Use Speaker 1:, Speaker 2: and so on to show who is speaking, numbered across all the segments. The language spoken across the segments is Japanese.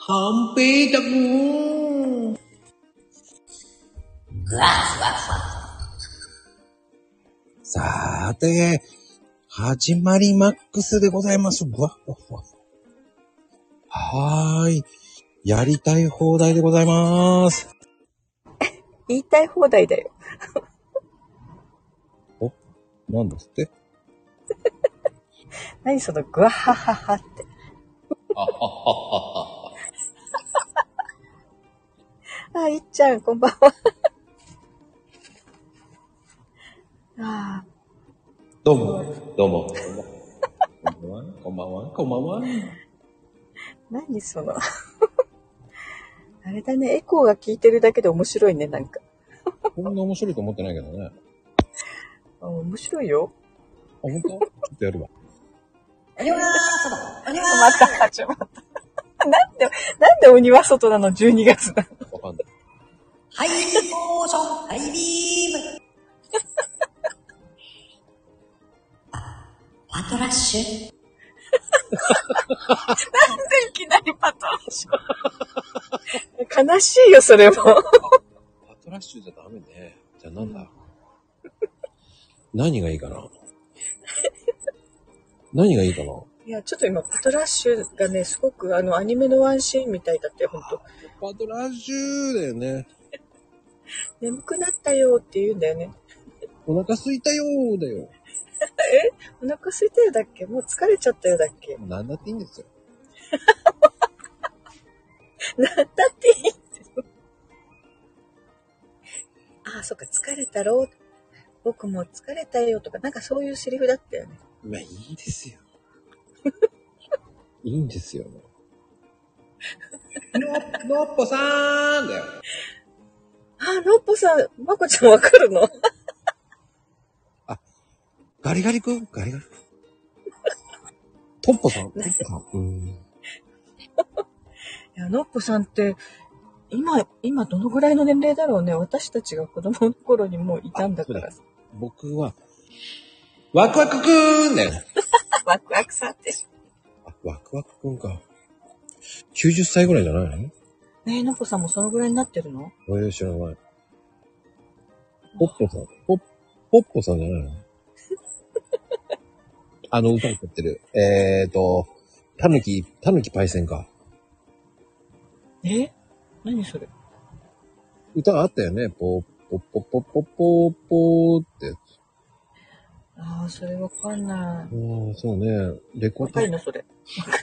Speaker 1: Hampi tagu.
Speaker 2: Wah, wah, wah.
Speaker 3: さーて、始まりマックスでございます。ぐわっわっわっわ。はーい。やりたい放題でございます。
Speaker 2: 言いたい放題だよ。
Speaker 3: なんですって
Speaker 2: 何そのグワハハハって。あ、いっちゃん、こんばんは。 ああ、
Speaker 3: どうも、どうも。こんばんは、こんばんは、こんばんは。
Speaker 2: 何その。 あれだね、エコーが効いてるだけで面白いね、なんか。
Speaker 3: こんな面白いと思ってないけどね。あ、
Speaker 2: あ面白いよ。
Speaker 3: ほんとちょっとやるわ。
Speaker 2: また始まった。 なんで、なんで鬼は外なの、12月なの。
Speaker 3: わかんない。
Speaker 4: ハイモーション、ハイビーム。 あパトラッシュ。
Speaker 2: なんでいきなりパトラッシュ。 悲しいよ、それも。
Speaker 3: パトラッシュじゃダメね。じゃあなんだ何がいいかな何がいいかない
Speaker 2: や、ちょっと今、パトラッシュがね、すごく、あの、アニメのワンシーンみたいだって、ほんと。
Speaker 3: パトラッシュだよね。
Speaker 2: 眠くなったよって言うんだよね。
Speaker 3: お腹空いたよーだよ。
Speaker 2: お腹空いたよだっけもう疲れちゃったよだっけ
Speaker 3: なんだっていいんですよ。
Speaker 2: なんだっていいって。ああ、そっか、疲れたろう。僕も疲れたよとか、なんかそういうセリフだったよね。
Speaker 3: まあいいですよ。いいんですよ。の、のっぽさーんだよ。
Speaker 2: ああ、のっぽさん、まこちゃんわかるの
Speaker 3: ガリガリ君ガリガリ君。トッポさん、トッポさん。うん。
Speaker 2: いや、のっぽさんって、今、今どのぐらいの年齢だろうね。私たちが子供の頃にもういたんだから
Speaker 3: あ。僕は、ワクワクくーんだよ。
Speaker 2: ワクワクさんって。
Speaker 3: あ、ワクワクくんか。90歳ぐらいじゃないの
Speaker 2: えー、のっぽさんもそのぐらいになってるの
Speaker 3: えー、知らない。ポッポさん、ポッ、ポッポさんじゃないのあの歌歌ってる。えーと、たぬき、たぬきパイセンか。
Speaker 2: え何それ
Speaker 3: 歌あったよね。ポッ、ポッポッポッポッポッポーって。
Speaker 2: ああ、それわかんな
Speaker 3: うん、そうね。レコ
Speaker 2: い。わかる
Speaker 3: ー
Speaker 2: のそれ。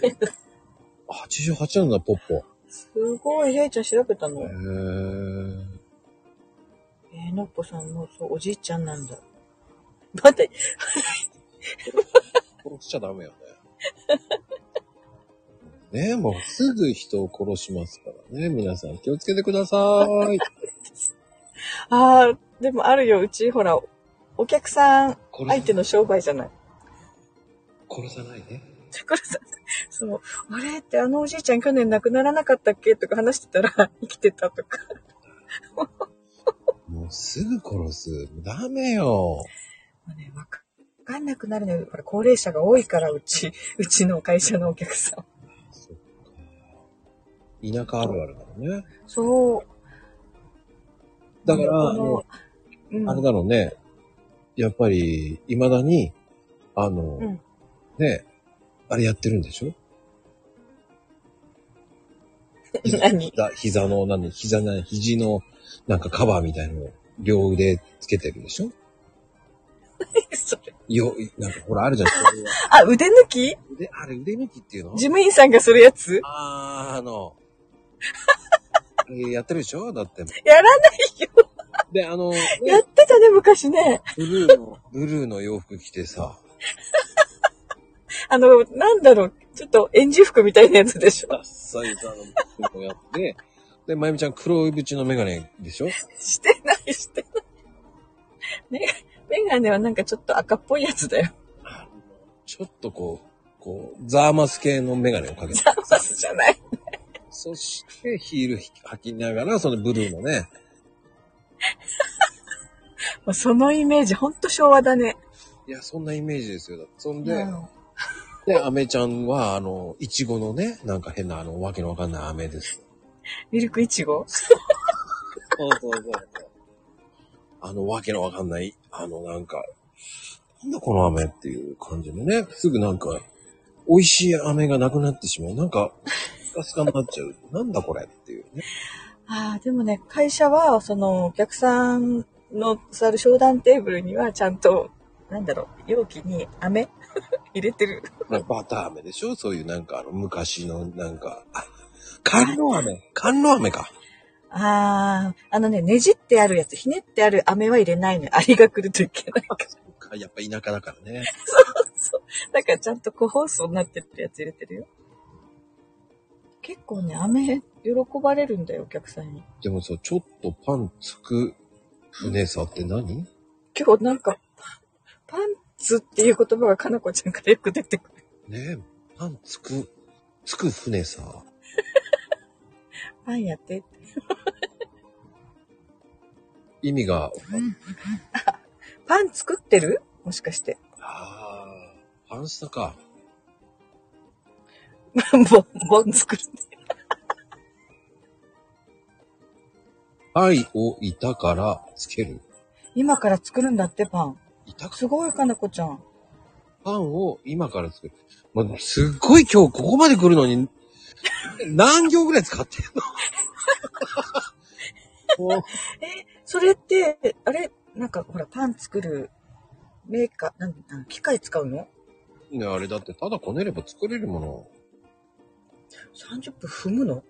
Speaker 3: ド、88なんだ、ポッポ。
Speaker 2: すごい、レイちゃん調べたの。
Speaker 3: へ
Speaker 2: え
Speaker 3: ー。
Speaker 2: ー、のっぽさんもそう、おじいちゃんなんだ。 待って、
Speaker 3: 殺しちゃダメよ ね。ねえ、もうすぐ人を殺しますからね。皆さん気をつけてください。
Speaker 2: ああ、でもあるよ、うち、ほら、お客さん、
Speaker 3: 殺
Speaker 2: 相手の商売じゃない。
Speaker 3: 殺さないで。
Speaker 2: だからさ、そう、あれってあのおじいちゃん去年亡くならなかったっけとか話してたら、 生きてたとか。
Speaker 3: もうすぐ殺す。ダメよ。
Speaker 2: もうね、わかわかんなくなるのよ。ほら高齢者が多いから、うち、 うちの会社のお客さん。
Speaker 3: そっか。田舎あるあるだからね。
Speaker 2: そう。
Speaker 3: だから、あ
Speaker 2: も
Speaker 3: の
Speaker 2: う、うん、
Speaker 3: あれだろうね。やっぱり、未だに、あの、
Speaker 2: うん
Speaker 3: ね、あれやってるんで しょ
Speaker 2: 何
Speaker 3: 膝膝の、何、膝な、肘の、なんかカバーみたいのを両腕つけてるでしょ
Speaker 2: それ
Speaker 3: よ、なんかほらある じゃん。そういう
Speaker 2: あ、腕抜き
Speaker 3: 腕、あれ腕抜きっていうの
Speaker 2: 事務員さんがするやつ
Speaker 3: あー、あの、あれやってるでしょだって。
Speaker 2: やらないよ。
Speaker 3: で、あの、ね
Speaker 2: やってたね、昔ね。
Speaker 3: ブルーの、ブルーの洋服着てさ、
Speaker 2: あの、なんだろう、ちょっと演じ服みたいなやつで しょ。
Speaker 3: ダッサいさ、の、やって、で、まゆみちゃん黒縁のメガネでしょ
Speaker 2: してない、してない。メメガネはなんかちょっと赤っぽいやつだよ。
Speaker 3: ちょっとこう、こう、ザーマス系のメガネをかけて。
Speaker 2: ダンマスじゃない。
Speaker 3: そして、ヒール履きながら、そのブルーのね、
Speaker 2: もうそのイメージ、ほんと昭和だね。
Speaker 3: いや、そんなイメージですよ。そんで、
Speaker 2: うん
Speaker 3: で、アメちゃんは、あの、いちごのね、なんか変な、あの、わけのわかんないアメです。
Speaker 2: ミルクイチゴ
Speaker 3: そうそうそう。あの、わけのわかんない、あの、なんか、なんだこの飴っていう感じでね、すぐなんか、美味しい飴がなくなってしまう。なんか、スカスカになっちゃう。なんだこれっていうね。
Speaker 2: ああ、でもね、会社は、その、お客さんの座る商談テーブルには、ちゃんと、なんだろう、容器に飴 入れてる。
Speaker 3: まあバター飴でしょそういうなんか、あの、昔の、なんか、あ、甘露飴。甘露飴か。
Speaker 2: ああ、あのね、ねじってあるやつ、ひねってある飴は入れないのよ。アリが来るといけないから。
Speaker 3: やっぱ田舎だからね。
Speaker 2: だからちゃんと個包装になってるやつ入れてるよ。結構ね、飴、喜ばれるんだよ、お客さんに。
Speaker 3: でもさ、ちょっとパンつく船さって何
Speaker 2: 今日なんか、パンツっていう言葉がかなこちゃんからよく出てくる。
Speaker 3: ねえ、パンつく、つく船さ。
Speaker 2: パンやってって。
Speaker 3: 意味が、
Speaker 2: パン作ってるもしかして。
Speaker 3: ああ、パンスタか。
Speaker 2: ボン、ボン作る。
Speaker 3: 愛をいたからつける。
Speaker 2: 今から作るんだって、パン。
Speaker 3: いたか
Speaker 2: すごい、かなこちゃん。
Speaker 3: パンを今から作る。まあ、すっごい今日ここまで来るのに、何行ぐらい使ってんの もう
Speaker 2: え、それって、あれなんか、ほら、パン作るメーカー、なんなん機械使うの
Speaker 3: ね、あれだってただこねれば作れるもの。
Speaker 2: ?30 分踏むの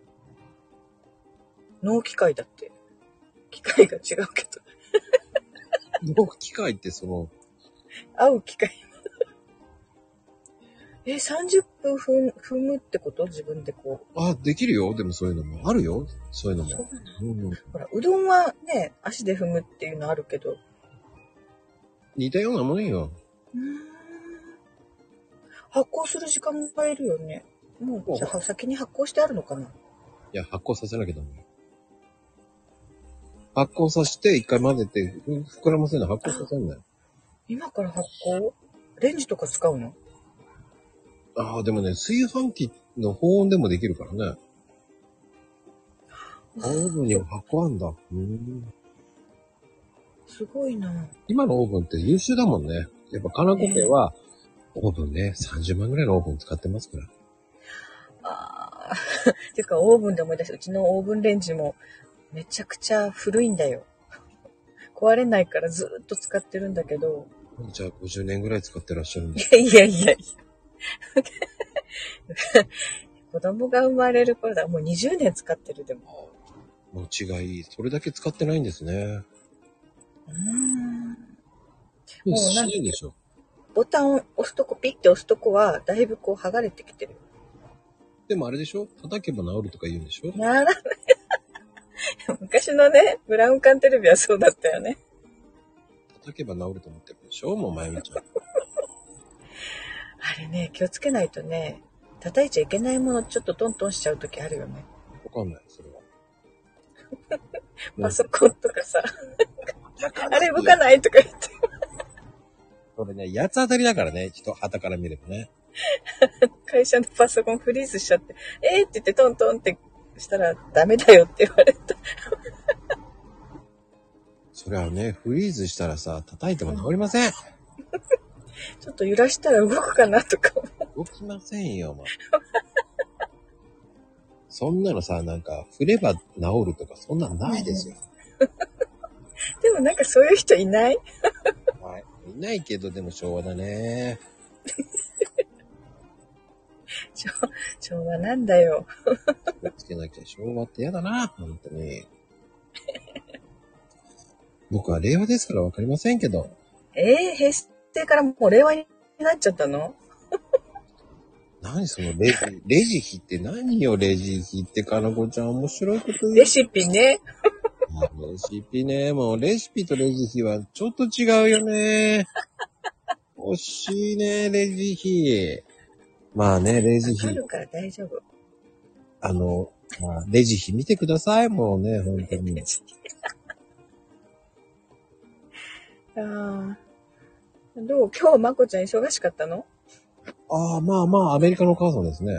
Speaker 2: 脳機械だって。機械が違うけど。
Speaker 3: 僕機械ってその、
Speaker 2: 合う機械。え、30分踏む踏むってこと自分でこう。
Speaker 3: あ、できるよ。でもそういうのもあるよ。そういうの
Speaker 2: そう
Speaker 3: も。
Speaker 2: なの
Speaker 3: うん
Speaker 2: ほら、うどんはね、足で踏むっていうのあるけど。
Speaker 3: 似たようなものよ。
Speaker 2: うーん発酵する時間もらえるよね。もう、じゃあ先に発酵してあるのかない
Speaker 3: や、発酵させなきゃダメ。発酵させて、一回混ぜて、ふ膨らませるの発酵させんない。
Speaker 2: 今から発酵レンジとか使うの
Speaker 3: ああ、でもね、炊飯器の保温でもできるからね。あオーブンには発酵あんだ。うーん
Speaker 2: すごいな
Speaker 3: 今のオーブンって優秀だもんね。やっぱ、金子家は、オーブンね、30万ぐらいのオーブン使ってますから。
Speaker 2: あー てか、オーブンで思い出した。うちのオーブンレンジもめちゃくちゃ古いんだよ。壊れないからずーっと使ってるんだけど。
Speaker 3: じゃあ、50年ぐらい使ってらっしゃるん
Speaker 2: い
Speaker 3: で。
Speaker 2: やいやいやい や。子供が生まれる頃だ。もう20年使ってるでも。
Speaker 3: もう違い、それだけ使ってないんですね。
Speaker 2: うーん。
Speaker 3: もう
Speaker 2: もうなん
Speaker 3: いでしょ。
Speaker 2: ボタンを押すとこ、ピッて押すとこは、だいぶこう、剥がれてきてる。
Speaker 3: でもあれでしょ叩けば治るとか言うんでしょ
Speaker 2: ならない。 昔のね、ブラウン管テレビはそうだったよね。
Speaker 3: 叩けば治ると思ってるでしょもうまゆみちゃん。
Speaker 2: あれね、気をつけないとね、叩いちゃいけないものちょっとトントンしちゃうときあるよね。
Speaker 3: わかんない、そ れは。
Speaker 2: パソコンとかさ、
Speaker 3: あ
Speaker 2: あれ動かないとか言って。
Speaker 3: これね、八つ当たりだからね、人、旗から見ればね。
Speaker 2: 会社のパソコンフリーズしちゃって、えーって言ってトントンってしたらダメだよって言われた。
Speaker 3: それはね、フリーズしたらさ、叩いても治りません。
Speaker 2: ちょっと揺らしたら動くかなとか思う。
Speaker 3: 動きませんよ、もう。そんなのさ、なんか、振れば治るとか、そんなんないですよ。
Speaker 2: でもなんかそういう人いない
Speaker 3: はい。いないけど、でも昭和だね。
Speaker 2: 昭昭和なんだよ。
Speaker 3: 気をつけなきゃ昭和って嫌だな、本当に。僕は令和ですからわかりませんけど。
Speaker 2: えー、平成からもう令和になっちゃったの
Speaker 3: 何そのレジ、レジ引って何よ、レジ引って、かなこちゃん面白いこと言
Speaker 2: レ
Speaker 3: う。
Speaker 2: シピ
Speaker 3: レ
Speaker 2: ね。
Speaker 3: シピね、もうレシピとレジ費はちょっと違うよね。 惜しいね、レジ費。まあね、レジ
Speaker 2: あ
Speaker 3: 費
Speaker 2: る、から大丈夫。
Speaker 3: あの、まあ、レジ費見てください、もうね、本当に。
Speaker 2: いやーどう今日、まこちゃん忙しかったの
Speaker 3: ああ、まあまあ、アメリカの母さんですね。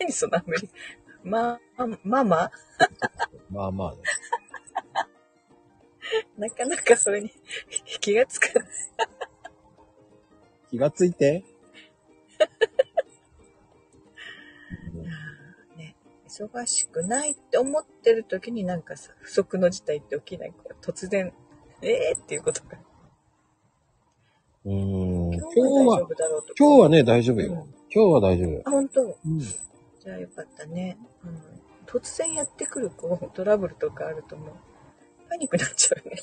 Speaker 2: 何そのアメリカ。ま、ママ
Speaker 3: まあまあね。
Speaker 2: なかなかそれに気がつかない。
Speaker 3: 気がついて。
Speaker 2: ね、忙しくないって思ってる時になんかさ、不測の事態って起きないから、突然、えーっていうことが。
Speaker 3: うーん。今日
Speaker 2: 今日は大丈
Speaker 3: は、
Speaker 2: 夫だろうとか。
Speaker 3: 今日はね、大丈夫よ。
Speaker 2: うん
Speaker 3: 今日は大丈夫よ。
Speaker 2: あ、本当
Speaker 3: うん。
Speaker 2: じゃあよかったね。うん、突然やってくるこうトラブルとかあるともう、パニックになっちゃうね。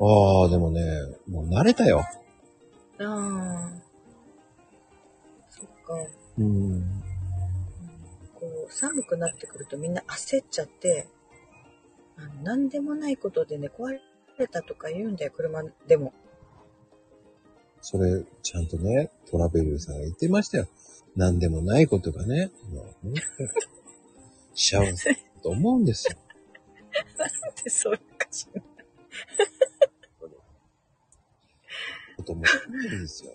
Speaker 3: ああ、でもね、もう慣れたよ。
Speaker 2: ああ。そっか。
Speaker 3: うん。
Speaker 2: こう、寒くなってくるとみんな焦っちゃって、あの何でもないことでね、壊れたとか言うんだよ、車でも。
Speaker 3: それ、ちゃんとね、トラベルさんが言ってましたよ。何でもないことがね、 もう本当に幸せだと思うんですよ。
Speaker 2: なんでそういうかしら。
Speaker 3: こともないんですよ。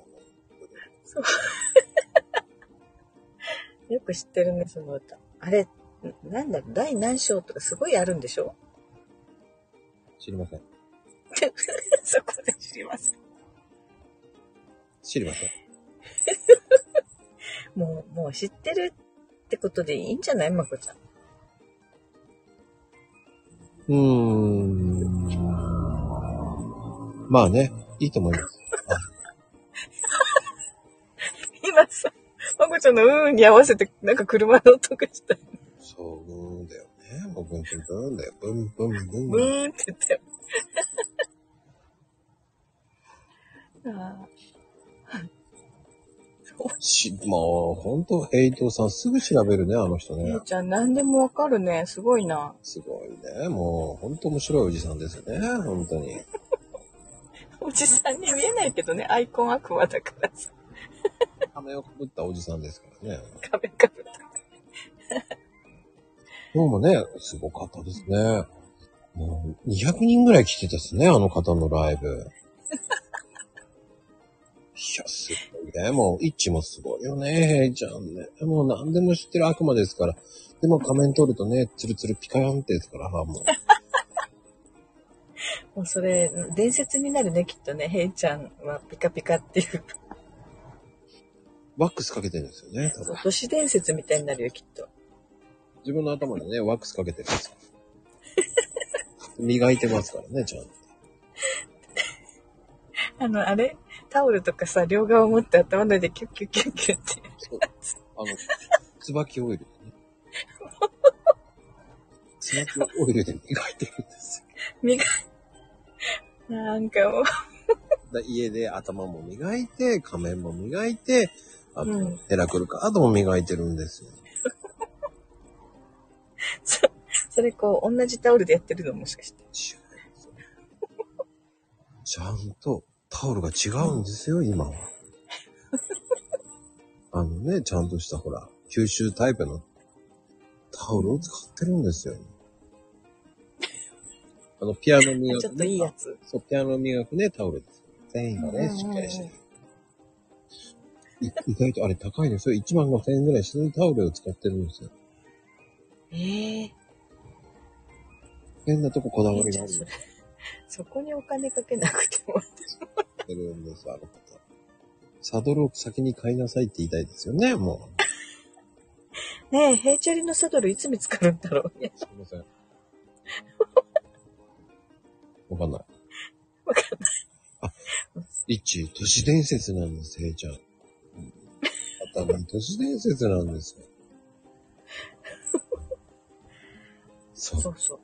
Speaker 2: よく知ってるね、その歌。あれ、ななんだろう、第何章とかすごいあるんでしょ
Speaker 3: 知りません。
Speaker 2: そこで知ります。
Speaker 3: 知りません。
Speaker 2: もう、もう知ってるってことでいいんじゃないまこちゃん。
Speaker 3: うーん。まあね、いいと思います。
Speaker 2: 今さ、まこちゃんのうーんに合わせて、なんか車の音がした。
Speaker 3: そう、ブーンだよね。もうブンブンブーンだよ。ブンブンブン
Speaker 2: ブ
Speaker 3: ブン。
Speaker 2: ーンって言ったよ。 ああ
Speaker 3: し、もう、ほんと、ヘイトさんすぐ調べるね、あの人
Speaker 2: ゆ
Speaker 3: ね
Speaker 2: う。ちゃん、何でもわかるね。すごいな。
Speaker 3: すごいね。もう、ほんと面白いおじさんですね。本当に。
Speaker 2: おじさんに見えないけどね、アイコン悪魔だからさ、
Speaker 3: 亀をかぶったおじさんですからね。
Speaker 2: 壁かぶった。
Speaker 3: 今日もね、すごかったですね。もう、200人ぐらい来てたですね、あの方のライブ。いや、すごいね。もう、イッチもすごいよね、ヘイちゃんね。もう何でも知ってる悪魔ですから。でも仮面取るとね、ツルツルピカヤンってですから、も
Speaker 2: もうそれ、伝説になるね、きっとね。ヘイちゃんはピカピカっていう。
Speaker 3: う、ワックスかけてるんですよね。多分
Speaker 2: 都市伝説みたいになるよ、きっと。
Speaker 3: 自分の頭にね、ワックスかけてるんですよ。磨いてますからね、ちゃんと。
Speaker 2: あの、あれタオルとかさ、両側を持って頭の上でキュッキュッキュッキュッって。
Speaker 3: そうあの、椿オイルで ね。椿オイルで磨いてるんですよ。
Speaker 2: 磨いなんかもう、
Speaker 3: だ家で頭も磨いて、仮面も磨いて、あと、
Speaker 2: うん
Speaker 3: ヘラクルカードも磨いてるんですよ。
Speaker 2: そそれこう、同じタオルでやってるのもしかして。
Speaker 3: 違うんですよちゃんとタオルが違うんですよ、 今は。あのね、ちゃんとしたほら、吸収タイプのタオルを使ってるん ですよ。あの、ピアノ磨く、ね。
Speaker 2: ちょっといいやつ。
Speaker 3: そう、ピアノ磨くね、タオルです。繊維がね、しっかりしてる。い意外とあれ高いですよ。1万5千円ぐらいするタオルを使ってるんですよ。
Speaker 2: ええ
Speaker 3: 変なとここだわり
Speaker 2: じ
Speaker 3: が
Speaker 2: ゃ
Speaker 3: あ
Speaker 2: あ
Speaker 3: るん
Speaker 2: そ
Speaker 3: で
Speaker 2: れ そこにお金かけなくても。
Speaker 3: るんですよ、あの方。サドルを先に買いなさいって言いたいですよね、もう。
Speaker 2: ねえ、ヘイチャリのサドルいつ見つかるんだろうね。
Speaker 3: すいませ ん。わかんない。
Speaker 2: わか
Speaker 3: んない。あ、一、都市伝説なんです、ヘイちゃん。あた都市伝説なんですよ。 そう
Speaker 2: そうそ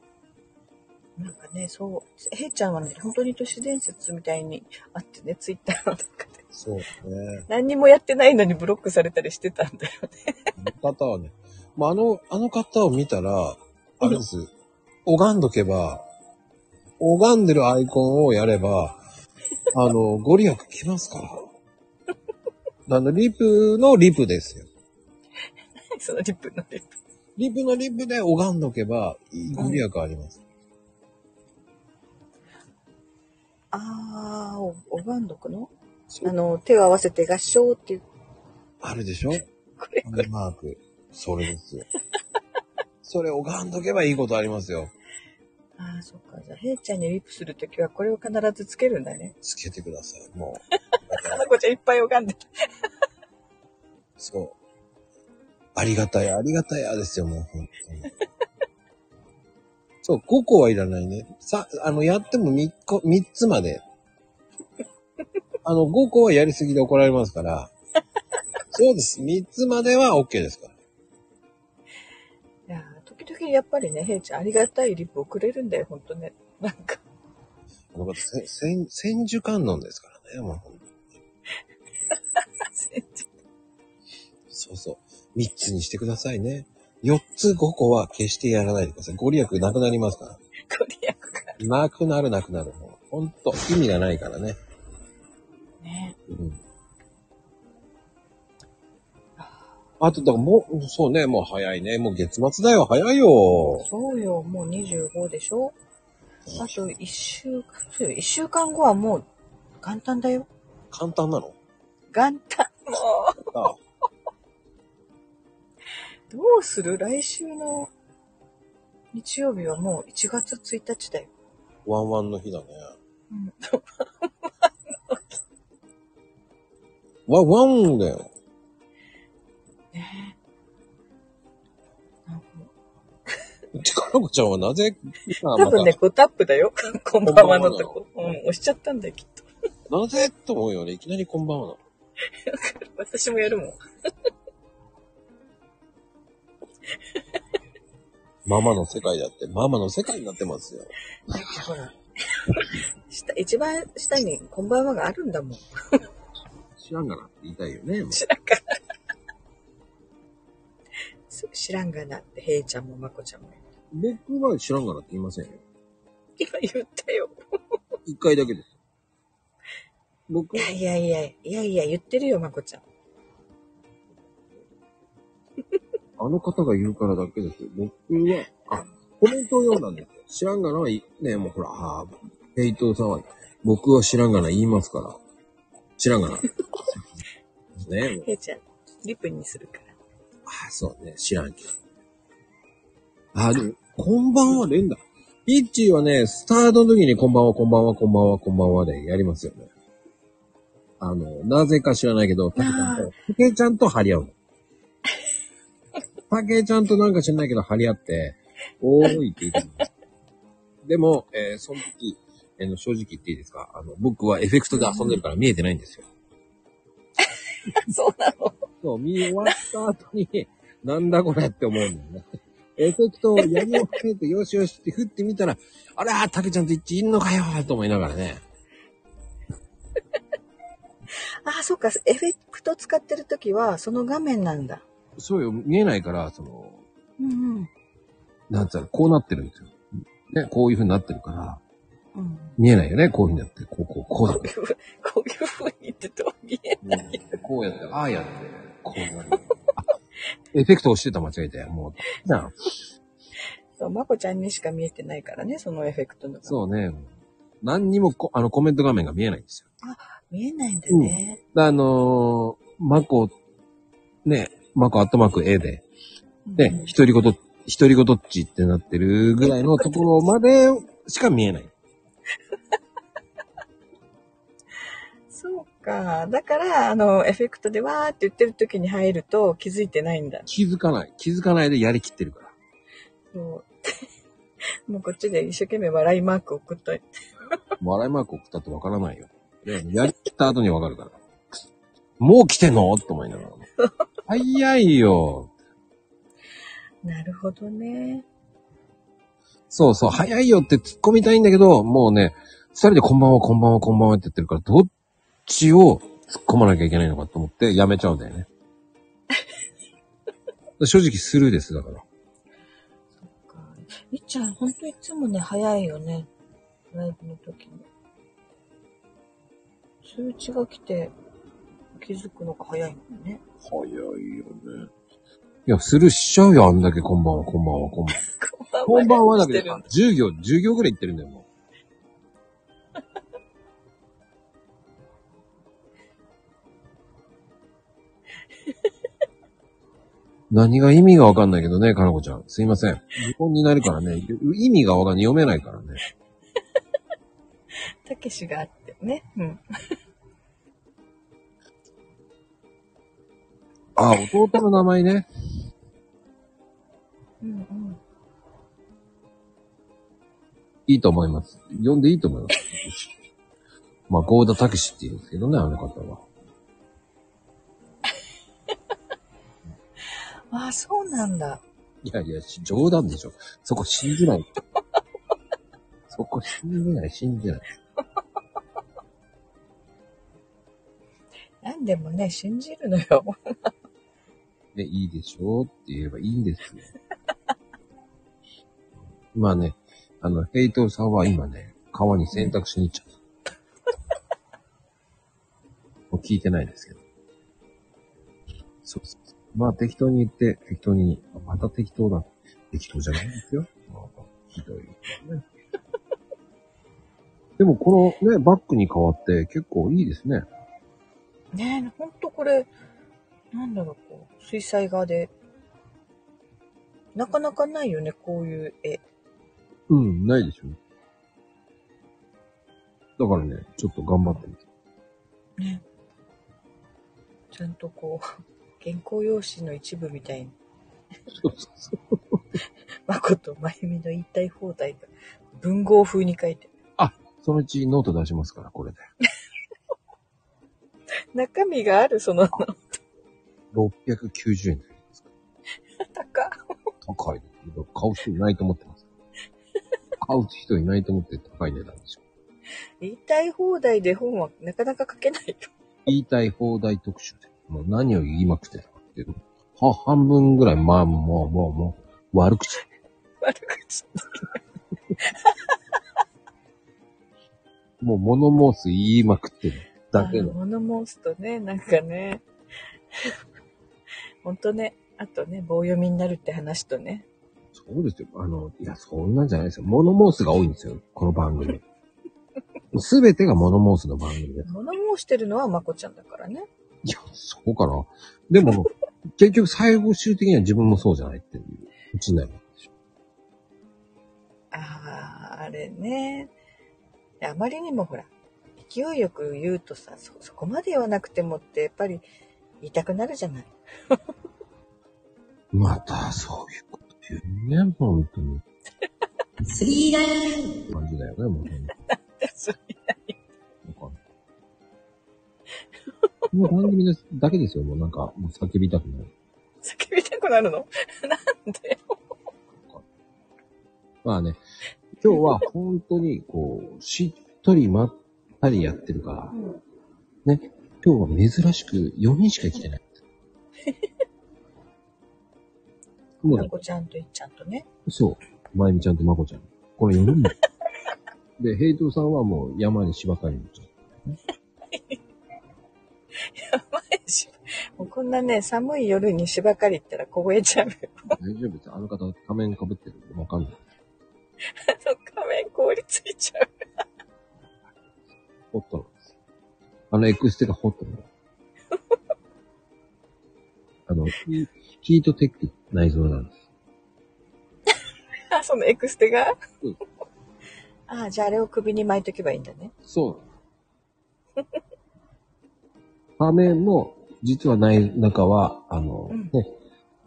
Speaker 2: う。なんかね、そう、ヘイちゃんはね、本当に都市伝説みたいにあってね、ツイッターの中で。
Speaker 3: そうね。
Speaker 2: 何にもやってないのにブロックされたりしてたんだよ ね。
Speaker 3: あの方はね、まあ、あの、あの方を見たら、あれです。拝んどけば、拝んでるアイコンをやれ ば、あの、ご利益来ますから。あの、リプのリプですよ。
Speaker 2: そのリップのリップ。
Speaker 3: リプのリプで拝んどけば、ご利益あります。
Speaker 2: ああ、お、おばんどくの
Speaker 3: そう
Speaker 2: あの、手を合わせて合唱っていう、
Speaker 3: あるでしょ
Speaker 2: これ、
Speaker 3: あのマーク。それですよ。それ拝んどけばいいことありますよ。
Speaker 2: ああ、そっか。じゃあ、へいちゃんにリップするときは、これを必ずつけるんだね。
Speaker 3: つけてください。も
Speaker 2: かなこちゃんいっぱい拝んで。
Speaker 3: う、そう。ありがたや、ありがたやですよ、もう、本当に。そう、5個はいらないね。さ、あの、やっても3個、三つまで。あの、5個はやりすぎで怒られますから。そうです。3つまでは OK ですから。
Speaker 2: いやー時々やっぱりね、へいちゃんありがたいリップをくれるんだよ、ほんとね。なんか、
Speaker 3: この方、せ千、千手観音ですからね、もう本当に。そうそう。3つにしてくださいね。4つ5個は決してやらないでください。ご利益なくなりますから。
Speaker 2: ご利益が。
Speaker 3: なくなるなくなる。もうほんと、意味がないからね。
Speaker 2: ね。
Speaker 3: うん。あと、だからもう、そうね、もう早いね。もう月末だよ、早いよ。
Speaker 2: そうよ、もう25でしょあと1週間、そうよ、1週間後はもう、元旦だよ。
Speaker 3: 簡単なの
Speaker 2: 元旦。もう、
Speaker 3: あ
Speaker 2: どうする来週の日曜日はもう1月1日だよ。
Speaker 3: ワンワンの日だね。
Speaker 2: うん。
Speaker 3: ワンワンだよ。
Speaker 2: ねなんか
Speaker 3: ちかのこちゃんはな ぜ、今
Speaker 2: 多分ね、5タップだ よ。こんばんはのとこ。
Speaker 3: こ
Speaker 2: う
Speaker 3: ば
Speaker 2: ん
Speaker 3: んはなの
Speaker 2: ん、押しちゃったんだよ、きっと。
Speaker 3: なぜと思うよね。いきなりこんばんはなの。
Speaker 2: 私もやるもん。
Speaker 3: ママの世界だって、ママの世界になってますよ。
Speaker 2: だってほら。 下、一番下にこんばんはがあるんだもん。
Speaker 3: 知らんがなって言いたいよね。もう
Speaker 2: 知らんがな。そう知らんがなって、へいちゃんもまこちゃんも。
Speaker 3: 僕は知らんがなって言いませんよ。
Speaker 2: 今言ったよ。
Speaker 3: 一回だけです。僕
Speaker 2: いやいやいや、いやいや、言ってるよ、まこちゃん。
Speaker 3: あの方が言うからだけです。僕は、あ、コメントを読んだんですよ。知らんがなはい、ね、もうほら、あーヘイトさんは、僕は知らんがな言いますから。知らんがな。ね、もう
Speaker 2: へいちゃん、リップにするから。
Speaker 3: あー、そうね、知らんけど。あー、でも、こんばんは連打。ピッチーはね、スタートの時にこんばんは、こんばんは、こんばんは、こんばんはでやりますよね。あの、なぜか知らないけど、たけちゃん
Speaker 2: あ
Speaker 3: と、たけちゃんと張り合う の。たけちゃんとなんか知らないけど張り合って、おーいって言ってます。でも、えーその時、えーの正直言っていいですかあの、僕はエフェクトで遊んでるから見えてないんですよ。
Speaker 2: そうなの。
Speaker 3: そう、見終わった後に、 なんだこれって思うんだよね。 エフェクトをやり終えて、よしよしって振ってみたら、あらー、たけちゃんと一致いんのかよーと思いながらね。
Speaker 2: ああ、そっか、エフェクト使ってるときは、その画面なんだ。
Speaker 3: そうよ、見えないから、その、
Speaker 2: うんうん。
Speaker 3: なんつうの、こうなってるんですよ。ね、こういう風になってるから、
Speaker 2: うん。
Speaker 3: 見えないよね、こういう風になって、こう、こう、こうだっ
Speaker 2: こういうふうこういうふうに言ってとは見えない。
Speaker 3: て、こうやって、ああやって、こうなる。あエフェクト押してた、間違えて。もう、じゃあ、
Speaker 2: そう、まこちゃんにしか見えてないからね、そのエフェクトの。う。
Speaker 3: そうね、何にもこ、あの、コメント画面が見えないんですよ。
Speaker 2: 見えないんだね。
Speaker 3: あのー、マコ、ね、マコアットマーク A で、
Speaker 2: う
Speaker 3: で
Speaker 2: ん、
Speaker 3: 一人ごと、一人ごとっちってなってるぐらいのところまでしか見えない。
Speaker 2: そうか。だから、あの、エフェクトでわーって言ってるときに入ると気づいてないんだ。
Speaker 3: 気づかない。気づかないでやりきってるから。
Speaker 2: そう。 もうこっちで一生懸命笑いマーク送っといて。
Speaker 3: 笑いマーク送ったってわからないよ。ねやりきった後にわかるから。もう来てんのって思いながら。早いよ。
Speaker 2: なるほどね。
Speaker 3: そうそう、早いよって突っ込みたいんだけど、もうね、二人でこんばんは、こんばんは、こんばんはって言ってるから、どっちを突っ込まなきゃいけないのかと思ってやめちゃうんだよね。 正直スルーです、だから。
Speaker 2: みっちゃん、ほんといつもね、早いよね。ライブの時も。通知が来て気づくのが早いもんね。
Speaker 3: 早いよね。いや、スルーしちゃうよ、あんだけこんばんは、こんばんは、こんばんは。こんばんはだけど、10行、10行ぐらい言ってるんだよ、もう。何が意味がわかんないけどね、かなこちゃん。すいません。日本になるからね、意味がわかんない。読めないからね。
Speaker 2: たけしがあってね。うん。
Speaker 3: あ、弟の名前ね。
Speaker 2: うんうん。
Speaker 3: いいと思います。読んでいいと思います。まあ、ゴーダタケシって言うんですけどね、あの方は。
Speaker 2: ああ、そうなんだ。
Speaker 3: いやいや、し冗談でしょ。そこ信じない。そこ信じない、信じない。
Speaker 2: 何でもね、信じるのよ。
Speaker 3: で、いいでしょうって言えばいいんですよ。 まあね、あの、ヘイトさんは今ね、川に洗濯しに行っちゃう。もう聞いてないですけど。そうそうそうまあ適当に言って、適当に、また適当だ。適当じゃないんですよ。 まあひどいですね。でもこのね、バッグに変わって結構いいですね。
Speaker 2: ねえ、ほんとこれ、なんだろう、こう、水彩画で。なかなかないよね、こういう絵。
Speaker 3: うん、ないでしょ。だからね、ちょっと頑張ってみて。
Speaker 2: ね。ちゃんとこう、 原稿用紙の一部みたいに、
Speaker 3: そうそうそう。
Speaker 2: 誠真由美の言いたい放題が文豪風に書いて。
Speaker 3: そのうちノート出しますから、これで。
Speaker 2: 中身がある、その、
Speaker 3: 690円ですか
Speaker 2: 高。
Speaker 3: 高い。買う人いないと思って ます。買う人いないと思って高い値段でしょ。
Speaker 2: 言いたい放題で本はなかなか書けないよ。
Speaker 3: 言いたい放題特集で。もう何を言いまくってたかっていうの。は、半分ぐらい、まあ、もう、もう、もう、悪口。
Speaker 2: 悪口。
Speaker 3: もう物申す言いまくってるだけの。
Speaker 2: あの物申すとね、なんかね。 ほんとね、あとね、棒読みになるって話とね。
Speaker 3: そうですよ。あの、いや、そんなんじゃないですよ。物申すが多いんですよ。この番組。 すべてが物申すの番組です。
Speaker 2: 物申してるのはまこちゃんだからね。
Speaker 3: いや、そうかな。でも、結局最後終的には自分もそうじゃないっていう、うちになる。
Speaker 2: ああ、あれね。あまりにもほら、勢いよく言うとさ、そ、そこまで言わなくてもって、やっぱり言いたくなるじゃない。
Speaker 3: また、そういうこと言うね、本当に。
Speaker 4: スリーライン
Speaker 3: 感じだよね、もうね。
Speaker 2: そう
Speaker 3: わかんないもう番組ですだけですよ、もうなんか、もう叫びたくない。
Speaker 2: 叫びたくなるの なんで
Speaker 3: まあね、今日は本当に、こう、しっとりまったりやってるから、ね、今日は珍しく4人しか来てない。もうだ
Speaker 2: まこちゃんといっちゃんとね。
Speaker 3: そう。まゆみちゃんとまこちゃん。これ4人だ。で、平等さんはもう山に芝刈りに行っちゃう。
Speaker 2: もうこんなね、寒い夜に芝刈り行ったら凍えちゃうよ。
Speaker 3: 大丈夫です。あの方、仮面被ってるんでわかんない。
Speaker 2: あの仮面凍りついちゃう。
Speaker 3: ホットなんです。あのエクステがホットなの。あの、ヒヒートテック内蔵なんです。
Speaker 2: あ、そのエクステが、
Speaker 3: うん
Speaker 2: あ、じゃああれを首に巻いとけばいいんだね。
Speaker 3: そう仮面も、実は内、中は、あの、
Speaker 2: うん
Speaker 3: ね、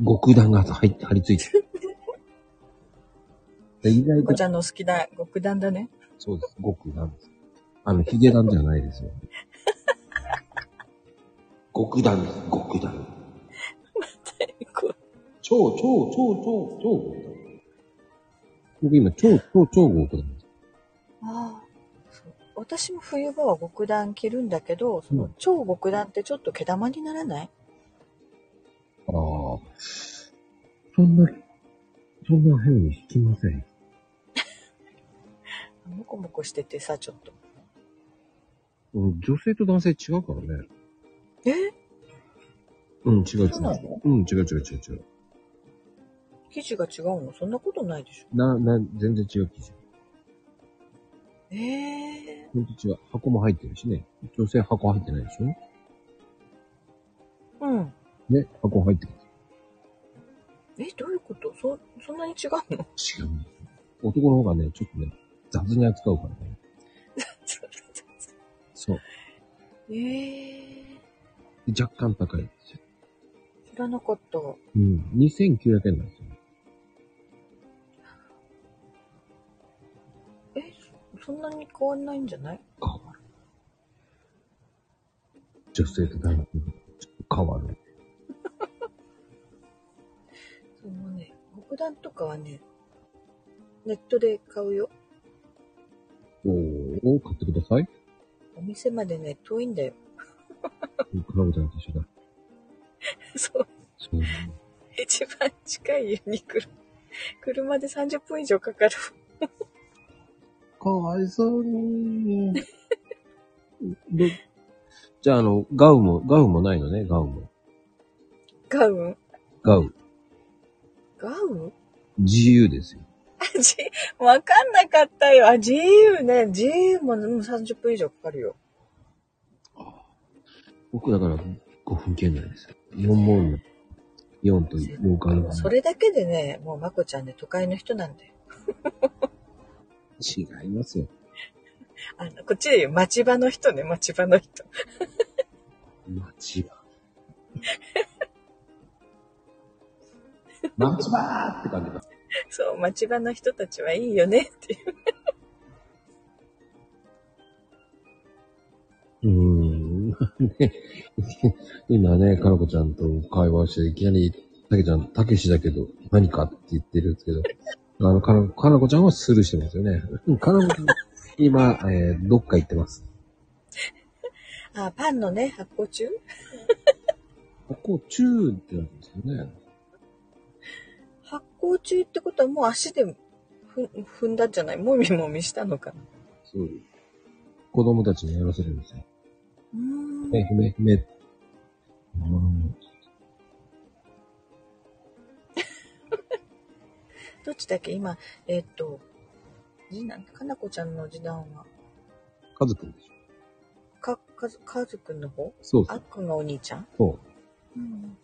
Speaker 3: 極弾が入って、張り付いてる。で意外
Speaker 2: まことちゃんの好きな極段だね。
Speaker 3: そうです。極なんです。あの、ヒゲダンじゃないですよ。極弾です。極弾。
Speaker 2: こう
Speaker 3: 超、超、超、超、超極弾。僕今、超、超、超極弾です。
Speaker 2: ああそう私も冬場は極段着るんだけど、そうの
Speaker 3: ん
Speaker 2: 超極段ってちょっと毛玉にならない
Speaker 3: ああ。そんな、そんな変に引きません。
Speaker 2: もこもこしててさ、ちょっと。
Speaker 3: うん、女性と男性違うからね。
Speaker 2: え
Speaker 3: うん、違う違う
Speaker 2: そうなの。
Speaker 3: うん、違う違う違う違う。
Speaker 2: 生地が違うのそんなことないでしょ
Speaker 3: な、な、全然違う生地。
Speaker 2: ええ
Speaker 3: ほんと違う。箱も入ってるしね。女性箱入ってないでしょ
Speaker 2: うん。
Speaker 3: ね、箱入ってる。
Speaker 2: え、どういうことそ、そんなに違うの
Speaker 3: 違う。男の方がね、ちょっとね、雑に扱うから ね。そう。
Speaker 2: えー、
Speaker 3: で若干高いんですよ。
Speaker 2: 知らなかった。
Speaker 3: うん。2900円なんですよ。
Speaker 2: え、そんなに変わんないんじゃない
Speaker 3: 変わる。女性と男性、変わる。
Speaker 2: そのね、北段とかはね、ネットで買うよ。
Speaker 3: おー、買ってください。
Speaker 2: お店までね、遠いんだよ。
Speaker 3: 比べたら一緒だ。
Speaker 2: そう。
Speaker 3: そう。
Speaker 2: 一番近いユニクロ。車で30分以上かかる。
Speaker 3: かわいそうに。で、じゃあ、あの、ガウも、ガウもないのね、ガウも。
Speaker 2: ガウン
Speaker 3: ガウ。
Speaker 2: ガウン
Speaker 3: GU ですよ。
Speaker 2: あ、じ、わかんなかったよ。あ、GU ね。GU もうん30分以上かかるよ。
Speaker 3: 僕だから5分圏内ですよ。4問の4と4回の
Speaker 2: それだけでね、もうまこちゃんね、都会の人なんだよ。
Speaker 3: 違いますよ。
Speaker 2: あの、こっちで言う町場の人ね、町場の人。
Speaker 3: 町 場。町場って感じだ。
Speaker 2: そう、町場の人たちはいいよねっていう。
Speaker 3: うーん。 ね今ね、かのこちゃんと会話して、いきなり、たけちゃん、たけしだけど、何かって言ってるんですけど、あの、かの、かのこちゃんはスルーしてますよね。 うんかのこちゃん、今、えーどっか行ってます。
Speaker 2: あ、パンのね、発酵中
Speaker 3: ここ、中ってなってますよね。
Speaker 2: 発酵中ってことはもう足でふ踏んだんじゃないもみもみしたのかな
Speaker 3: そう。子供たちにやらせるんですよ。
Speaker 2: うーん
Speaker 3: ね、め、め、うん。
Speaker 2: どっちだっけ今、えーっと、次男、かなこちゃんの次男は、
Speaker 3: 家族でしょ。
Speaker 2: か、かず、かずくんの方
Speaker 3: そうそ
Speaker 2: あっ
Speaker 3: う。
Speaker 2: くんがお兄ちゃん
Speaker 3: そう
Speaker 2: うん。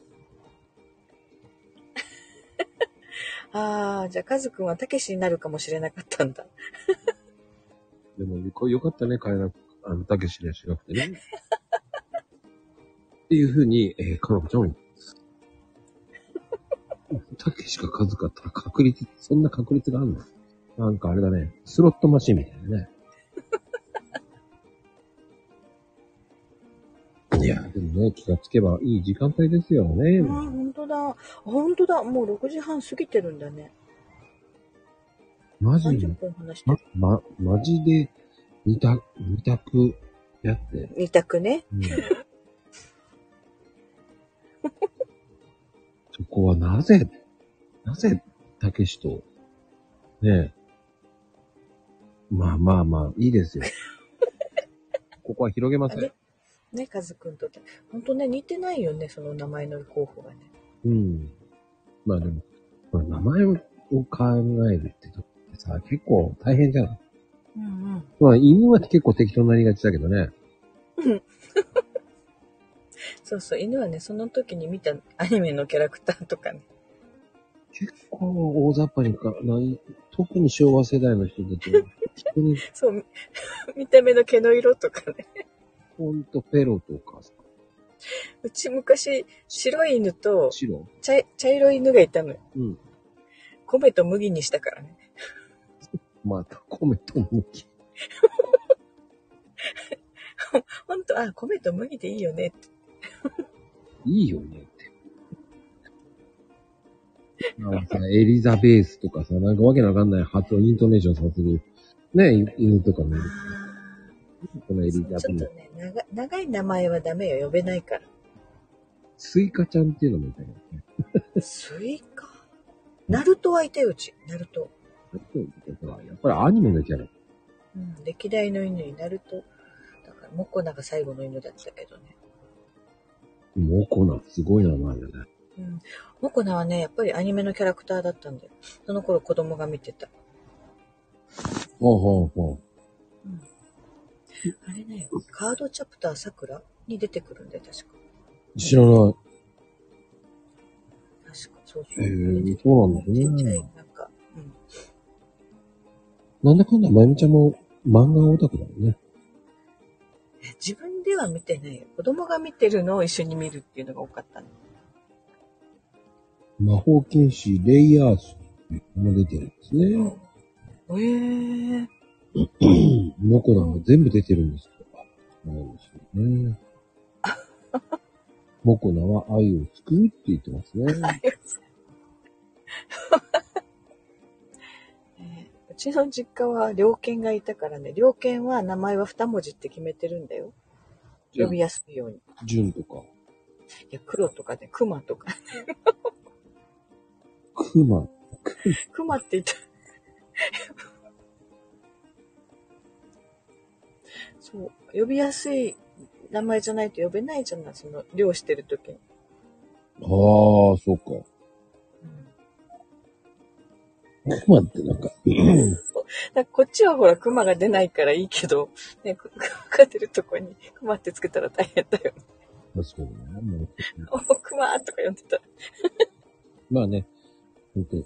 Speaker 2: ああ、じゃあ、かずくんはたけしになるかもしれなかったんだ。
Speaker 3: でも、これよかったね、変えなく、あの、たけしにはしなくてね。っていうふうに、えー、かのこちゃんは言ってます。たけしか数かた確率、そんな確率があるのなんかあれだね、スロットマシンみたいなね。いや、でもね、気がつけばいい時間帯ですよね。
Speaker 2: うん、本当だ。本当だ。もう6時半過ぎてるんだね。
Speaker 3: マジで
Speaker 2: 30、分話して
Speaker 3: ま
Speaker 2: る。、
Speaker 3: ま、マジで、二択、二択、やって。
Speaker 2: 二択ね。
Speaker 3: うん そこはなぜ、なぜ、たけしと、ねえ。まあまあまあ、いいです よ。ここは広げません。
Speaker 2: ね、かずくんと。本当ね、似てないよね、その名前の候補がね。
Speaker 3: うん。まあでも、これ名前を考えるってとってさ、結構大変じゃん。
Speaker 2: うんうん。
Speaker 3: まあ犬は結構適当になりがちだけどね。
Speaker 2: そうそう、犬はね、その時に見たアニメのキャラクターとかね。
Speaker 3: 結構大雑把にか、ない特に昭和世代の人たちは、人に
Speaker 2: そう、み 見た目の毛の色とかね。
Speaker 3: ほんとペロとかさ、
Speaker 2: うち昔、白い犬と
Speaker 3: 白
Speaker 2: 茶茶色い犬がいたのよ。
Speaker 3: うん。
Speaker 2: 米と麦にしたからね。
Speaker 3: また米と向き。
Speaker 2: ほんと、あ、米と麦でいいよねって。
Speaker 3: いいよねって。なんかさ、エリザベースとかさ、なんかわけのわかんない発音、イントネーションさせる。ね、い犬とかね、このエリ
Speaker 2: ち
Speaker 3: ザ
Speaker 2: ょっと
Speaker 3: ベース。
Speaker 2: ね長、長い名前はダメよ。呼べないか
Speaker 3: スイカちゃんっていうのもいたよね。
Speaker 2: ら。スイカナルトはいたよ、うち。ナルト。
Speaker 3: あとやっぱりアニメのキャラ。
Speaker 2: うん、歴代の犬になると、だから、モコナが最後の犬だったけどね。
Speaker 3: もうこんなんすごい名前だね。
Speaker 2: うん。モコナはね、やっぱりアニメのキャラクターだったんだよ。その頃子供が見てた。
Speaker 3: ほうほうほ
Speaker 2: うん。あれね、カードチャプターさくらに出てくるんだよ、確か。
Speaker 3: う。知らない。
Speaker 2: 確か。そうそ
Speaker 3: へ
Speaker 2: う。
Speaker 3: え、そうなんです
Speaker 2: ちっちゃい
Speaker 3: ね。、
Speaker 2: なんか、うん。
Speaker 3: なんだかんだ、まゆみちゃんも漫画オタクだもんね。
Speaker 2: 自分では見てないよ。子供が見てるのを一緒に見るっていうのが多かったの。
Speaker 3: 魔法剣士レイヤースも出てるんですね。
Speaker 2: えー、
Speaker 3: モコラは全部出てるんですよ。あそうなんですよ ね。モコナは愛を救うって言ってますね。
Speaker 2: えーうちの実家は猟犬がいたからね、猟犬は名前は二文字って決めてるんだよ。
Speaker 3: じゃ
Speaker 2: 呼
Speaker 3: あ
Speaker 2: び、やすいように。い
Speaker 3: ジュンとか、
Speaker 2: や、黒とかね、熊とか。
Speaker 3: クマ、
Speaker 2: 熊って言った。そう、呼びやすい名前じゃないと呼べないじゃない、その、漁してる時に。
Speaker 3: ああ、そうか。クマって なんか、
Speaker 2: だからこっちはほら、熊が出ないからいいけど、ね、く熊が出るとこに熊ってつけたら大変だよ。
Speaker 3: 確かにね。もう
Speaker 2: お熊とか呼んでたら。
Speaker 3: まあね、本 当に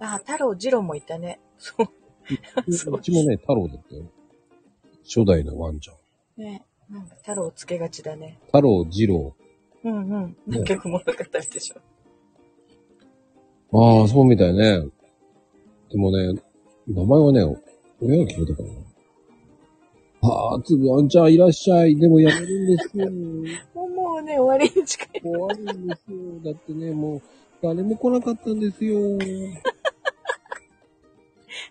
Speaker 2: ああ、太郎、次郎もいたね。そうそう
Speaker 3: うちもね、太郎だったよ。初代のワンちゃん。
Speaker 2: ね。なんか太郎つけがちだね。
Speaker 3: 太郎、二郎。
Speaker 2: うんうん。なんか物語でしょ。
Speaker 3: ああ、そうみたいね。でもね、名前はね、親が決めたからな。ああ、つぶあんちゃんいらっしゃい。でもやめるんです よ。
Speaker 2: もうもうね、終わりに近い。
Speaker 3: 怖いんですよ。だってね、もう、誰も来なかったんですよ。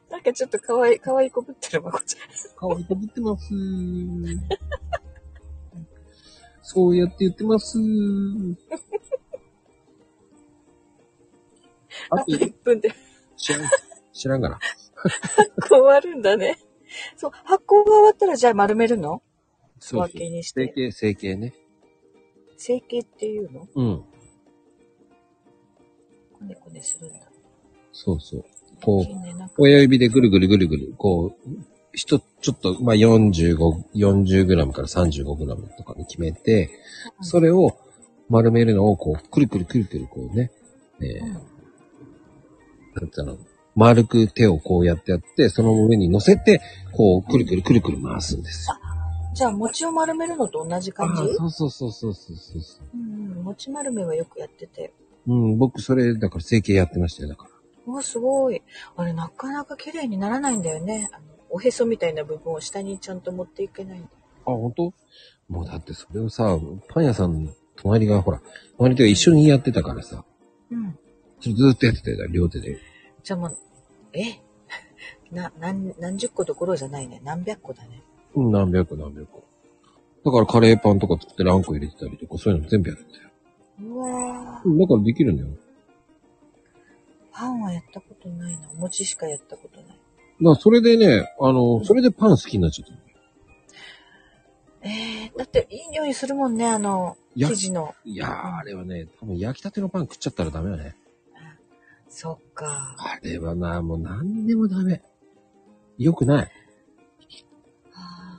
Speaker 2: なんかちょっと可愛い、可愛いこぶってるわ、こっち。
Speaker 3: 顔いこぶってます。そうやって言って ます。あ
Speaker 2: あ
Speaker 3: と
Speaker 2: と、1分で
Speaker 3: 知らん、知らんがな。
Speaker 2: 発 行終わるんだね。そう、発行が終わったらじゃあ丸めるの
Speaker 3: そうそう
Speaker 2: 小分けにして
Speaker 3: 整形、整形ね。
Speaker 2: 整形っていうの
Speaker 3: うん。
Speaker 2: こねこねするんだ。
Speaker 3: そうそう。こう、
Speaker 2: いいね、なんか。
Speaker 3: 親指でぐるぐるぐるぐる、こう、ひと、ちょっと、まあ、45、40グラムから35グラムとかに決めて、それを丸めるのを、こう、くるくるくるくる、こうね、えー、
Speaker 2: うん
Speaker 3: なんつうの、丸く手をこうやってやって、その上に乗せて、こう、くるくるくるくる回すんですよ。
Speaker 2: じゃあ、餅を丸めるのと同じ感じ
Speaker 3: あーそうそうそうそうそうそう。
Speaker 2: うんうん。餅丸めはよくやってて。
Speaker 3: うん、僕、それ、だから整形やってましたよ、だから。
Speaker 2: うわ、すごい。あれ、なかなか綺麗にならないんだよね。あのおへそみたいな部分を下にちゃんと持っていけないんだ。
Speaker 3: あ、本当？もうだってそれをさ、パン屋さんの隣がほら、隣というか一緒にやってたからさ、
Speaker 2: うん。
Speaker 3: それずーっとやってたよ、両手で。
Speaker 2: じゃあもう、え な、何、何十個どころじゃないね。何百個だね。
Speaker 3: うん、何百個何百個。だからカレーパンとか作ってあんこ入れてたりとか、そういうのも全部やってたよ。
Speaker 2: うわ
Speaker 3: うんだからできるんだよ。だか
Speaker 2: ーパンはやったことないな。お餅しかやったことない。
Speaker 3: らそれでね、あの、それでパン好きになっちゃったんだよ。
Speaker 2: えー、だっていい匂いするもんね、あの、
Speaker 3: いや
Speaker 2: 生地の。
Speaker 3: いやー、あれはね、多分焼きたてのパン食っちゃったらダメだね。
Speaker 2: そっか。
Speaker 3: あれはな、もう何でもダメ。良くない。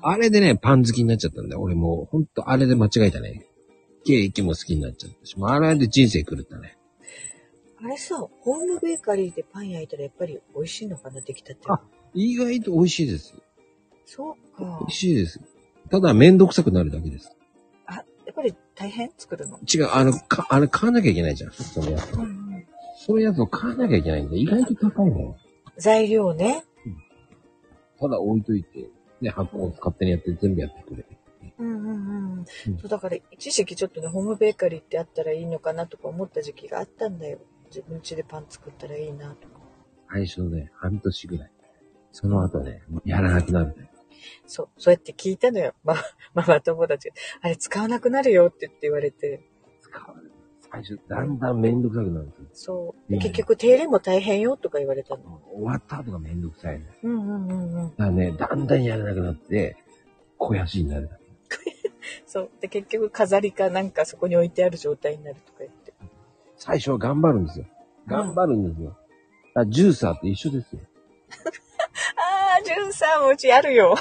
Speaker 2: あ
Speaker 3: あれでね、パン好きになっちゃったんだよ。俺もう、ほんと、あれで間違えたね。ケーキも好きになっちゃったし、もうあれで人生狂ったね。
Speaker 2: あれさ、ホームベーカリーでパン焼いたらやっぱり美味しいのかな、出来たて。
Speaker 3: あ意外と美味しいです。
Speaker 2: そう
Speaker 3: 美
Speaker 2: か
Speaker 3: 味。しいです。ただ、めんどくさくなるだけです。
Speaker 2: あ、やっぱり大変作るの。
Speaker 3: 違う、あの、か、あれ買わなきゃいけないじゃん。そのやつ。そのやつを買わなきゃいけないんで、意外と高いのよ。
Speaker 2: 材料ね。
Speaker 3: ただ置いといて、ね、発酵を勝手にやって全部やってくれる。
Speaker 2: うんうんうん。そうだから一時期ちょっとね、ホームベーカリーってあったらいいのかなとか思った時期があったんだよ。自分家でパン作ったらいいなとか。
Speaker 3: 最初ね、半年ぐらい。その後ね、もうやらなくなるんだよ。
Speaker 2: そう、そうやって聞いたのよ。ま、 ママ友達が。あれ使わなくなるよって言って言われて。
Speaker 3: 使わない。最初、だんだんめんどくさくなるんですよ。
Speaker 2: そう。で結局手入れも大変よとか言われたの。
Speaker 3: 終わった後がめんどくさいね。
Speaker 2: うんうんうんう
Speaker 3: だ
Speaker 2: ん。
Speaker 3: からね、だんだんやらなくなって、肥やしになる。
Speaker 2: そう。で結局飾りかなんかそこに置いてある状態になるとか言って。
Speaker 3: 最初は頑張るんですよ。頑張るんですよ。あジューサーと一緒ですよ。
Speaker 2: あー、ジュンさんもうちあるよ。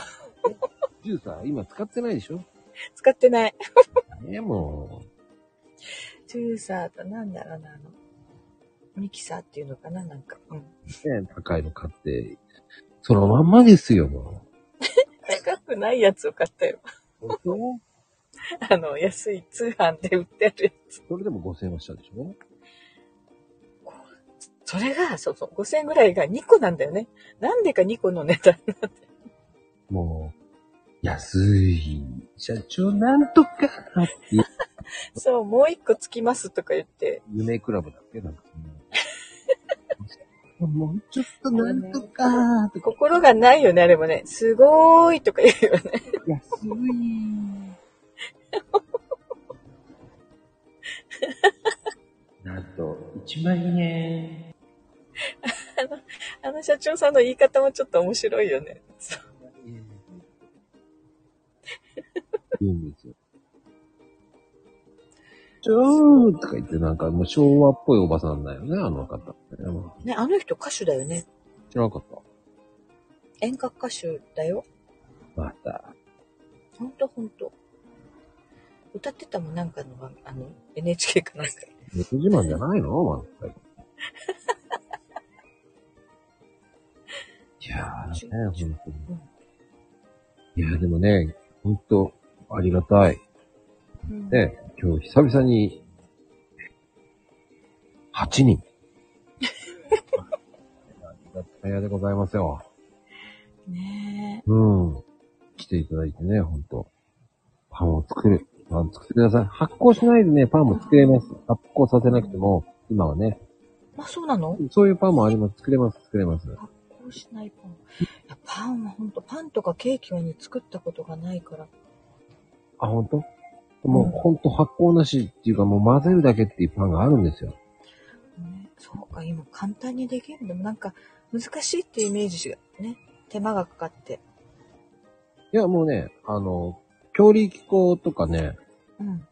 Speaker 3: ジューサー今使ってないでしょ
Speaker 2: 使ってない。
Speaker 3: ねも
Speaker 2: トゥーサーとなんだろうな、あの、ミキサーっていうのかな、なんか。うん。
Speaker 3: ね、高いの買って、そのまんまですよ、も
Speaker 2: 高くないやつを買ったよ。
Speaker 3: う。本当
Speaker 2: あの、安い通販で売ってあるやつ。
Speaker 3: それでも5000円はしたでしょ
Speaker 2: それが、そうそう、5000円ぐらいが2個なんだよね。なんでか2個の値段。
Speaker 3: もう、安い、社長なんとかなっていう、
Speaker 2: そう、もう1個つきますとか言って。
Speaker 3: 夢クラブだっけなんかそんな もうちょっとなんとかとか、
Speaker 2: 心がないよね、あれもね。すごーいとか言うよね。
Speaker 3: 安い。 なんと、1万円。
Speaker 2: あの社長さんの言い方もちょっと面白いよね。そう
Speaker 3: 言うんですよ。ちょーとか言ってなんかもう昭和っぽいおばさんだよね、あの方って。
Speaker 2: ね、あの人歌手だよね。
Speaker 3: 知らなかった。
Speaker 2: 演歌歌手だよ。
Speaker 3: また。
Speaker 2: ほんとほんと。歌ってたもん、なんかの番、あの、NHK かなんか。
Speaker 3: 肉自慢じゃないのまったく。 いやーね、本当に。いやーでもね、本当ありがたい。
Speaker 2: うん
Speaker 3: ね、今日久々に、8人。ありがたやでございますよ。
Speaker 2: ね
Speaker 3: うん。来ていただいてね、ほんと。パンを作る。パン作ってください。発酵しないでね、パンも作れます。発酵させなくても、今はね。
Speaker 2: え。まあそうなの
Speaker 3: そういうパンもあります。作れます、作れます。
Speaker 2: 発酵しないパン。いや、パンはほんと、パンとかケーキはね、作ったことがないから。
Speaker 3: あ、ほんともう、
Speaker 2: うん
Speaker 3: ほんと発酵なしっていうか、もう混ぜるだけっていうパンがあるんですよ。
Speaker 2: ね、そうか、今簡単にできる。でもなんか、難しいっていうイメージがね、手間がかかって。
Speaker 3: いや、もうね、あの、強力粉とかね、
Speaker 2: うん。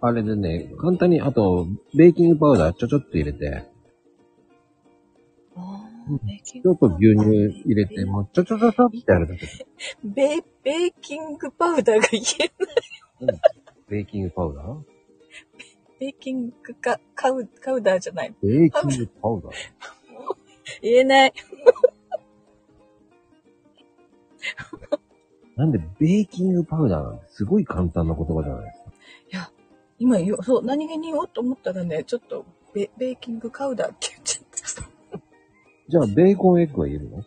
Speaker 3: あれでね、簡単に、あと、ベーキングパウダーちょちょっと入れて、
Speaker 2: あ
Speaker 3: うん
Speaker 2: ーベーキン
Speaker 3: ちょ
Speaker 2: グ
Speaker 3: っと
Speaker 2: パウダー
Speaker 3: 牛乳入れて、もうちょちょちょちょってやるだけ。
Speaker 2: ベー、ベーキングパウダーが言えない。
Speaker 3: ベーキングパウダー
Speaker 2: ベーキングか、カウ、カウダーじゃない。
Speaker 3: ベーキングパウダー
Speaker 2: 言えない。
Speaker 3: なんで、ベーキングパウダーなんてすごい簡単な言葉じゃないですか。
Speaker 2: いや、今言おう、そう、何気に言おうと思ったらね、ちょっとベ、ベーキングカウダーって言っちゃった。
Speaker 3: じゃあ、ベーコンエッグは言えるの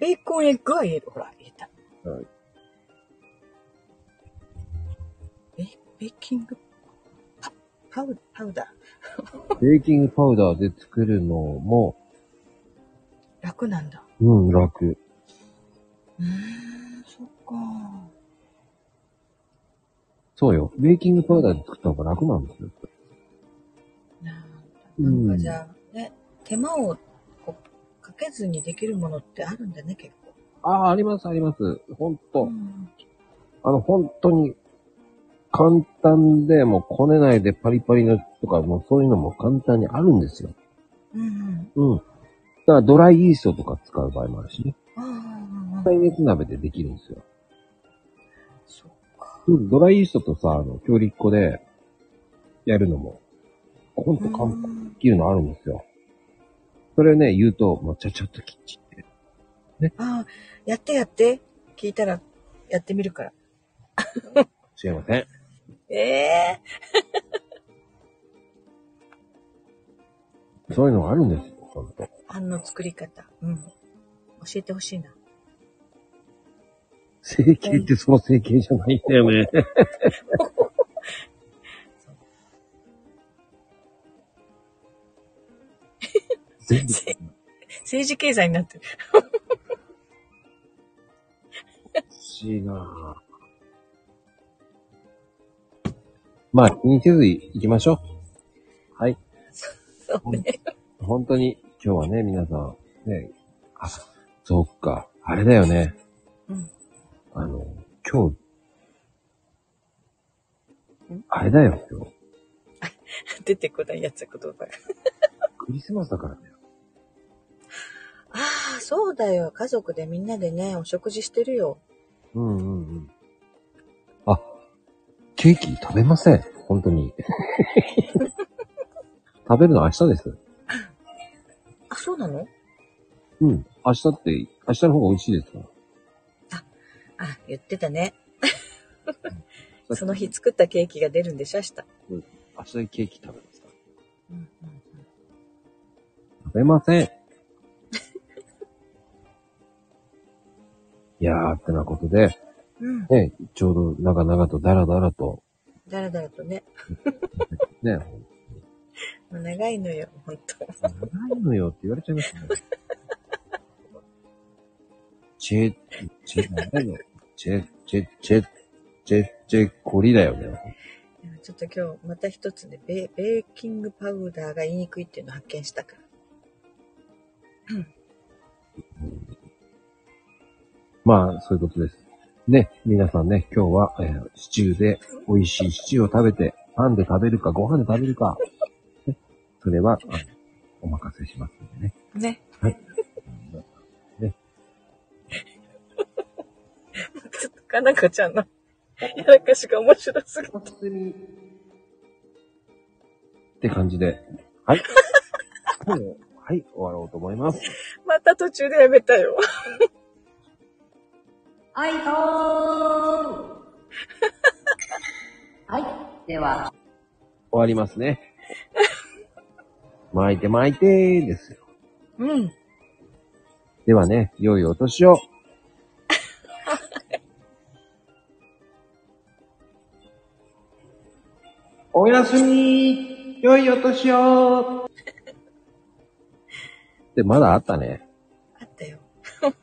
Speaker 2: ベーコンエッグは言える。ほら、言えた。
Speaker 3: はい
Speaker 2: ベー、ベーキングパ、パウ、パウダー。
Speaker 3: ベーキングパウダーで作るのも、
Speaker 2: 楽なんだ。
Speaker 3: うん、楽。
Speaker 2: うーん、そっか。
Speaker 3: そうよ。ベーキングパウダーで作った方が楽なんですよ。
Speaker 2: なんかじゃあ、ね、手間をこうかけずにできるものってあるんだね、結構。
Speaker 3: ああ、あります、あります。ほんと。
Speaker 2: ん、
Speaker 3: あの、本当に、簡単で、もうこねないでパリパリのとか、もうそういうのも簡単にあるんですよ。
Speaker 2: うんうん。
Speaker 3: うん。だからドライイーストとか使う場合もあるしね。
Speaker 2: ああ、
Speaker 3: 耐熱鍋でできるんですよ。
Speaker 2: そっか。
Speaker 3: うん、ドライイーストとさ、あの、強力粉で、やるのも、ほんと簡単に
Speaker 2: うん
Speaker 3: できるのあるんですよ。それね、言うと、もうちゃちゃっとキッチンって。
Speaker 2: ああ、やってやって。聞いたらやってみるから。
Speaker 3: すいません。
Speaker 2: ええ
Speaker 3: そういうのがあるんですよ、ほんと。
Speaker 2: あんの作り方。うん。教えてほしいな。
Speaker 3: 整形ってその整形じゃないんだよね。全部
Speaker 2: 政治経済になってる。
Speaker 3: 欲しいなぁ。まあ、気にせず行きましょう。はい。
Speaker 2: そうね。
Speaker 3: 本当に、今日はね、皆さん、ね、あ、そっか、あれだよね。
Speaker 2: うん。
Speaker 3: あの、今日
Speaker 2: ん、
Speaker 3: あれだよ、今日。
Speaker 2: 出てこないやつ言葉が。
Speaker 3: クリスマスだからだよ。
Speaker 2: ああ、そうだよ。家族でみんなでね、お食事してるよ。
Speaker 3: うんうんうん。あ、ケーキ食べません。本当 に。食べるのは明日です。
Speaker 2: あ、そうなの
Speaker 3: うん。明日って、明日の方が美味しいですから。
Speaker 2: あ、言ってたね。その日作ったケーキが出るんでしょ、明日。
Speaker 3: 明日ケーキ食べますか
Speaker 2: うんうんうん
Speaker 3: 食べま せん。いやーってなことで、
Speaker 2: うん。
Speaker 3: ね、ちょうど長々とダラダラと、
Speaker 2: だらだらとね。
Speaker 3: ね、
Speaker 2: もう長いのよ、ほんと。
Speaker 3: 長いのよって言われちゃいましたね。チェ、チェ、なんだよチェ、チェ、チェ、チェ、チェ、コリだよね。
Speaker 2: でもちょっと今日また一つでベベーキングパウダーが言いにくいっていうのを発見したから。
Speaker 3: まあ、そういうことです。で、皆さんね、今日は、えーシチューで、美味しいシチューを食べて、パンで食べるか、ご飯で食べるか、ねそれは、あのお任せしますんでね。
Speaker 2: ね。 ちょっとかなこちゃんのやらかしが面白すぎて。
Speaker 3: って感じで、はい。はい、終わろうと思います。
Speaker 2: また途中でやめたよ。
Speaker 4: アイコーンはい、では。
Speaker 3: 終わりますね。巻いて巻いてーですよ。
Speaker 2: うん。
Speaker 3: ではね、良いお年を。 おやすみ良いお年をで、まだあったね。